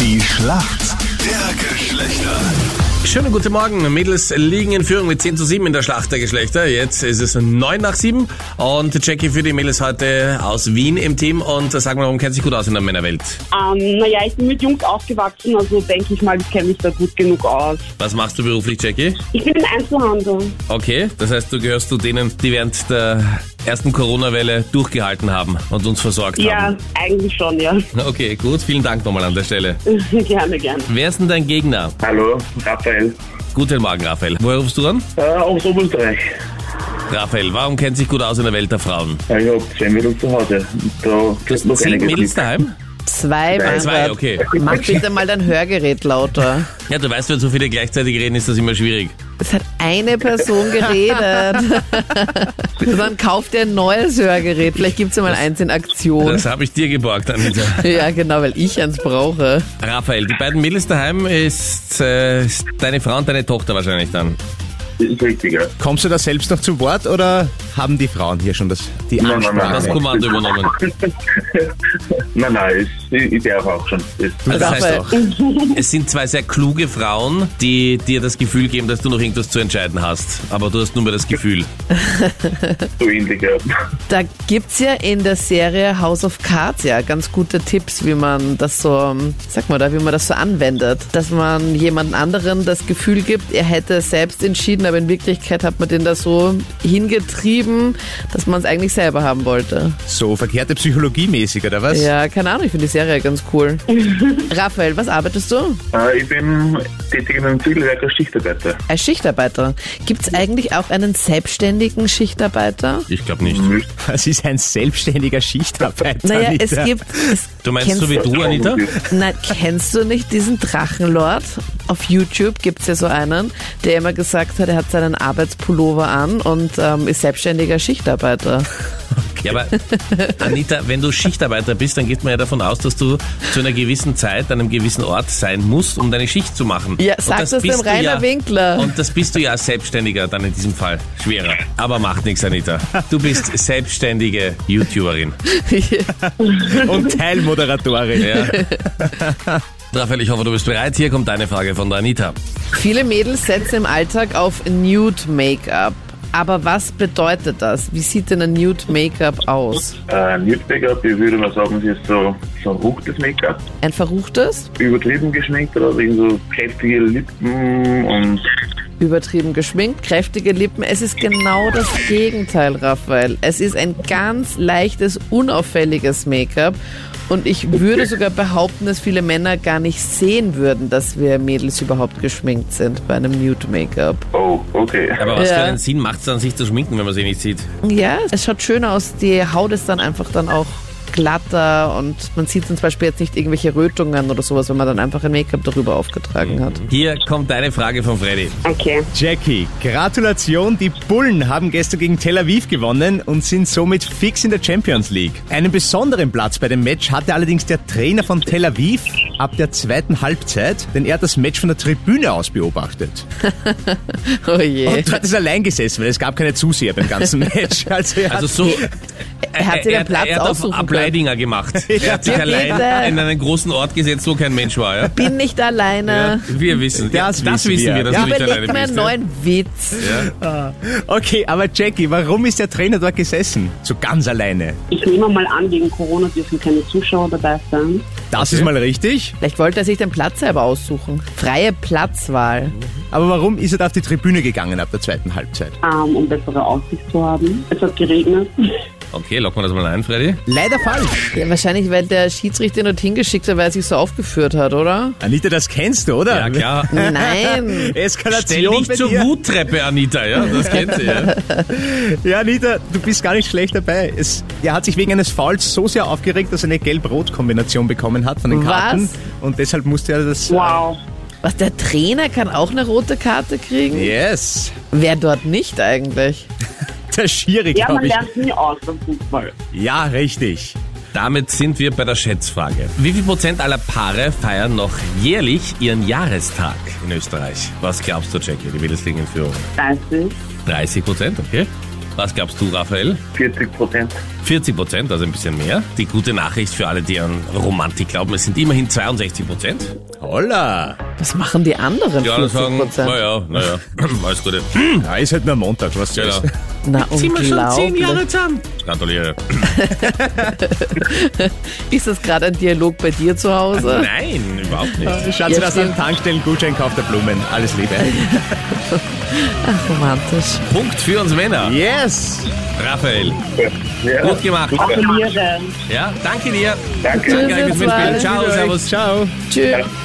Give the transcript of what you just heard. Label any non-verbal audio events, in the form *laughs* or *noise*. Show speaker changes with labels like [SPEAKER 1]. [SPEAKER 1] Die Schlacht der Geschlechter.
[SPEAKER 2] Schönen guten Morgen. Mädels liegen in Führung mit 10 zu 7 in der Schlacht der Geschlechter. Jetzt ist es 9 nach 7 und Jackie für die Mädels heute aus Wien im Team. Und sag mal, warum kennt sich gut aus in der Männerwelt?
[SPEAKER 3] Ähm, naja, ich bin mit Jungs aufgewachsen, also denke ich mal, ich kenne mich da gut genug aus.
[SPEAKER 2] Was machst du beruflich, Jackie?
[SPEAKER 3] Ich bin im Einzelhandel.
[SPEAKER 2] Okay, das heißt, du gehörst zu denen, die während der ersten Corona-Welle durchgehalten haben und uns versorgt
[SPEAKER 3] Ja, eigentlich schon, ja. *laughs*
[SPEAKER 2] haben. Okay, gut. Vielen Dank nochmal an der Stelle.
[SPEAKER 3] gerne, gerne.
[SPEAKER 2] Wer ist denn dein Gegner?
[SPEAKER 4] Hallo, Raphael,
[SPEAKER 2] Guten Morgen, Raphael. Woher rufst du an?
[SPEAKER 4] äh, aus Oberösterreich.
[SPEAKER 2] Raphael, warum kennt sich gut aus in der Welt der Frauen?
[SPEAKER 4] Ja, Ich hab zwei Mädels zu Hause. Da gibt's noch
[SPEAKER 2] Sind
[SPEAKER 4] einige.
[SPEAKER 2] Mädels daheim?
[SPEAKER 5] Zwei, mein
[SPEAKER 2] Zwei,
[SPEAKER 5] Gott.
[SPEAKER 2] okay.
[SPEAKER 4] *laughs*
[SPEAKER 5] Mach bitte mal dein Hörgerät lauter.
[SPEAKER 2] Ja, du weißt, wenn so viele gleichzeitig reden, ist das immer schwierig.
[SPEAKER 5] Es hat eine
[SPEAKER 2] *laughs*
[SPEAKER 5] Person geredet. Und dann kauft ihr ein neues Hörgerät. Vielleicht gibt es ja mal eins in Aktion.
[SPEAKER 2] Das habe ich dir geborgt, Anita.
[SPEAKER 5] Ja, genau, weil ich eins brauche.
[SPEAKER 2] *laughs* Raphael, die beiden Mädels daheim ist, äh, ist deine Frau und deine Tochter wahrscheinlich dann.
[SPEAKER 4] Ist richtig, ja.
[SPEAKER 6] Kommst du da selbst noch zu Wort oder haben die Frauen hier schon das, die
[SPEAKER 4] Nein,
[SPEAKER 6] Ansprache?
[SPEAKER 4] nein, nein,
[SPEAKER 2] Das Kommando übernommen.
[SPEAKER 4] *laughs* Nein, nein, ist, ich, ich darf auch schon. Ist,
[SPEAKER 2] Also das heißt
[SPEAKER 5] Raphael.
[SPEAKER 2] auch, *laughs* es sind zwei sehr kluge Frauen, die dir das Gefühl geben, dass du noch irgendwas zu entscheiden hast. Aber du hast nur mehr das Gefühl.
[SPEAKER 4] so ähnlich, ja.
[SPEAKER 5] Da gibt's ja in der Serie House of Cards ja ganz gute Tipps, wie man das so, sag mal da, wie man das so anwendet. Dass man jemand anderen das Gefühl gibt, er hätte es selbst entschieden, aber in Wirklichkeit hat man den da so hingetrieben, dass man es eigentlich selber haben wollte.
[SPEAKER 6] So verkehrte Psychologie mäßig, oder was?
[SPEAKER 5] Ja, keine Ahnung, ich finde die Serie ganz cool. Raphael, was arbeitest du?
[SPEAKER 4] Äh, ich bin tätig in einem Ziegelwerk als Schichtarbeiter.
[SPEAKER 5] Als Schichtarbeiter. Gibt's eigentlich auch einen selbstständigen Schichtarbeiter?
[SPEAKER 2] Ich glaube nicht.
[SPEAKER 4] Nicht
[SPEAKER 6] Was ist ein selbstständiger Schichtarbeiter?
[SPEAKER 5] Naja, es
[SPEAKER 6] Anita?
[SPEAKER 5] gibt. Es
[SPEAKER 2] Du meinst
[SPEAKER 5] kennst
[SPEAKER 2] so wie du, Anita?
[SPEAKER 5] Nein, kennst du nicht diesen Drachenlord? Auf YouTube gibt's ja so einen, der immer gesagt hat, er hat seinen Arbeitspullover an und ähm, ist selbstständiger Schichtarbeiter. *laughs*
[SPEAKER 2] Ja, aber Anita, wenn du Schichtarbeiter bist, dann geht man ja davon aus, dass du zu einer gewissen Zeit an einem gewissen Ort sein musst, um deine Schicht zu machen.
[SPEAKER 5] Ja,
[SPEAKER 2] Und
[SPEAKER 5] sag das
[SPEAKER 2] bist
[SPEAKER 5] dem
[SPEAKER 2] du
[SPEAKER 5] Rainer Winkler.
[SPEAKER 2] Und das bist du ja als Selbstständiger dann in diesem Fall. Schwerer. Aber macht nichts, Anita. Du bist selbstständige YouTuberin.
[SPEAKER 6] Und Teilmoderatorin.
[SPEAKER 5] *laughs*
[SPEAKER 2] Ja. Raphael, ich hoffe, du bist bereit. Hier kommt deine Frage von der Anita.
[SPEAKER 5] Viele Mädels setzen im Alltag auf Nude-Make-up. Aber was bedeutet das? Wie sieht denn ein Nude-Make-up aus?
[SPEAKER 4] Äh, Nude Make-up, ich würde mal sagen, es ist so, so ein hochtes Make-up.
[SPEAKER 5] Ein verruchtes?
[SPEAKER 4] Übertrieben geschminkt oder wegen so kräftige Lippen und
[SPEAKER 5] Übertrieben geschminkt, kräftige Lippen. Es ist genau das Gegenteil, Raphael. Es ist ein ganz leichtes, unauffälliges Make-up. Und ich würde sogar behaupten, dass viele Männer gar nicht sehen würden, dass wir Mädels überhaupt geschminkt sind bei einem Nude-Make-up.
[SPEAKER 4] oh, okay.
[SPEAKER 2] Aber was
[SPEAKER 5] Ja.
[SPEAKER 2] für einen Sinn macht es dann, sich zu schminken, wenn man sie nicht sieht?
[SPEAKER 5] Ja, es schaut schön aus. Die Haut ist dann einfach dann auch glatter und man sieht zum Beispiel jetzt nicht irgendwelche Rötungen oder sowas, wenn man dann einfach ein Make-up darüber aufgetragen hat.
[SPEAKER 2] Hier kommt deine Frage von Freddy.
[SPEAKER 3] Okay.
[SPEAKER 6] Jackie, Gratulation, die Bullen haben gestern gegen Tel Aviv gewonnen und sind somit fix in der Champions League. Einen besonderen Platz bei dem Match hatte allerdings der Trainer von Tel Aviv ab der zweiten Halbzeit, denn er hat das Match von der Tribüne aus beobachtet.
[SPEAKER 5] Oh je.
[SPEAKER 6] Und dort ist er allein gesessen, weil es gab keine Zuseher beim
[SPEAKER 2] *laughs*
[SPEAKER 6] ganzen Match. Also, er
[SPEAKER 2] Also
[SPEAKER 6] hat
[SPEAKER 2] so.
[SPEAKER 5] Er hat sich den Platz
[SPEAKER 2] er hat auf
[SPEAKER 5] aussuchen
[SPEAKER 2] Ableidinger
[SPEAKER 5] *laughs*
[SPEAKER 2] gemacht. Er hat sich
[SPEAKER 5] Ja,
[SPEAKER 2] allein
[SPEAKER 5] bitte.
[SPEAKER 2] in einen großen Ort gesetzt, wo kein Mensch war. Ja?
[SPEAKER 5] Bin nicht alleine.
[SPEAKER 2] Wir wissen.
[SPEAKER 6] Das
[SPEAKER 2] ja, das
[SPEAKER 6] wissen
[SPEAKER 2] wissen
[SPEAKER 6] wir.
[SPEAKER 2] wir, dass
[SPEAKER 6] Ja,
[SPEAKER 2] du nicht alleine
[SPEAKER 5] Überleg mir
[SPEAKER 2] bist.
[SPEAKER 5] einen
[SPEAKER 2] ja.
[SPEAKER 5] neuen Witz.
[SPEAKER 6] Okay, aber Jackie, warum ist der Trainer dort gesessen? So ganz alleine.
[SPEAKER 3] Ich nehme mal an, wegen Corona dürfen keine Zuschauer dabei sein.
[SPEAKER 6] Das ist mal richtig.
[SPEAKER 5] Vielleicht wollte er sich den Platz selber aussuchen. Freie Platzwahl.
[SPEAKER 6] Aber warum ist er da auf die Tribüne gegangen ab der zweiten Halbzeit?
[SPEAKER 3] Ähm, um bessere Aussicht zu haben. Es hat geregnet.
[SPEAKER 2] Okay, locken wir das mal ein, Freddy.
[SPEAKER 6] Leider falsch.
[SPEAKER 5] Ja, wahrscheinlich, weil der Schiedsrichter ihn dorthin geschickt hat, weil er sich so aufgeführt
[SPEAKER 2] *laughs*
[SPEAKER 5] hat, oder?
[SPEAKER 6] Anita, das kennst du, oder?
[SPEAKER 2] Ja, klar.
[SPEAKER 5] Nein.
[SPEAKER 2] Stell
[SPEAKER 6] Eskalation
[SPEAKER 2] dich
[SPEAKER 6] bei
[SPEAKER 2] zur
[SPEAKER 6] dir.
[SPEAKER 2] Wuttreppe, Anita, ja, das kennt
[SPEAKER 6] *laughs*
[SPEAKER 2] sie, ja.
[SPEAKER 6] Ja, Anita, du bist gar nicht schlecht dabei. Es, er hat sich wegen eines Fouls so sehr aufgeregt, dass er eine Gelb-Rot-Kombination bekommen hat von den
[SPEAKER 5] Was?
[SPEAKER 6] Karten. Und deshalb musste er das... äh,
[SPEAKER 3] Wow.
[SPEAKER 5] Was, der Trainer kann auch eine rote Karte kriegen?
[SPEAKER 6] Yes.
[SPEAKER 5] Wer dort nicht eigentlich?
[SPEAKER 6] Der Schiri,
[SPEAKER 3] Ja, man
[SPEAKER 6] glaube ich.
[SPEAKER 3] lernt nie aus beim Fußball.
[SPEAKER 6] Ja, richtig.
[SPEAKER 2] Damit sind wir bei der Schätzfrage. Wie viel Prozent aller Paare feiern noch jährlich ihren Jahrestag in Österreich? Was glaubst du, Jackie? Die Mädels liegen in Führung.
[SPEAKER 3] 30.
[SPEAKER 2] 30 Prozent, okay. Was glaubst du, Raphael?
[SPEAKER 4] 40 Prozent.
[SPEAKER 2] 40 Prozent, also ein bisschen mehr. Die gute Nachricht für alle, die an Romantik glauben, es sind immerhin 62 Prozent.
[SPEAKER 6] Holla!
[SPEAKER 5] Was machen die anderen
[SPEAKER 2] Die anderen
[SPEAKER 5] 40
[SPEAKER 2] sagen,
[SPEAKER 5] Prozent?
[SPEAKER 2] naja, naja, *clears throat* alles Gute.
[SPEAKER 6] Ja, ist halt nur Montag, was du
[SPEAKER 2] Hm. Genau.
[SPEAKER 6] willst.
[SPEAKER 5] Na, unglaublich.
[SPEAKER 2] zusammen. Gratuliere.
[SPEAKER 5] Ist das gerade ein Dialog bei dir zu
[SPEAKER 2] *laughs*
[SPEAKER 5] Hause?
[SPEAKER 2] Nein, überhaupt nicht.
[SPEAKER 6] Schatz,
[SPEAKER 5] Ja,
[SPEAKER 6] Also das an
[SPEAKER 5] stimmt.
[SPEAKER 6] Tankstellen-Gutschein kauft der Blumen. Alles Liebe.
[SPEAKER 5] Romantisch.
[SPEAKER 2] Punkt für uns Männer.
[SPEAKER 6] Yes!
[SPEAKER 2] Raphael,
[SPEAKER 4] Ja,
[SPEAKER 2] gut gemacht.
[SPEAKER 3] Gratuliere.
[SPEAKER 2] Ja, danke dir.
[SPEAKER 4] danke.
[SPEAKER 2] Danke euch fürs Mitspielen. Ciao, servus.
[SPEAKER 6] Ciao.
[SPEAKER 5] Tschüss.
[SPEAKER 4] Danke.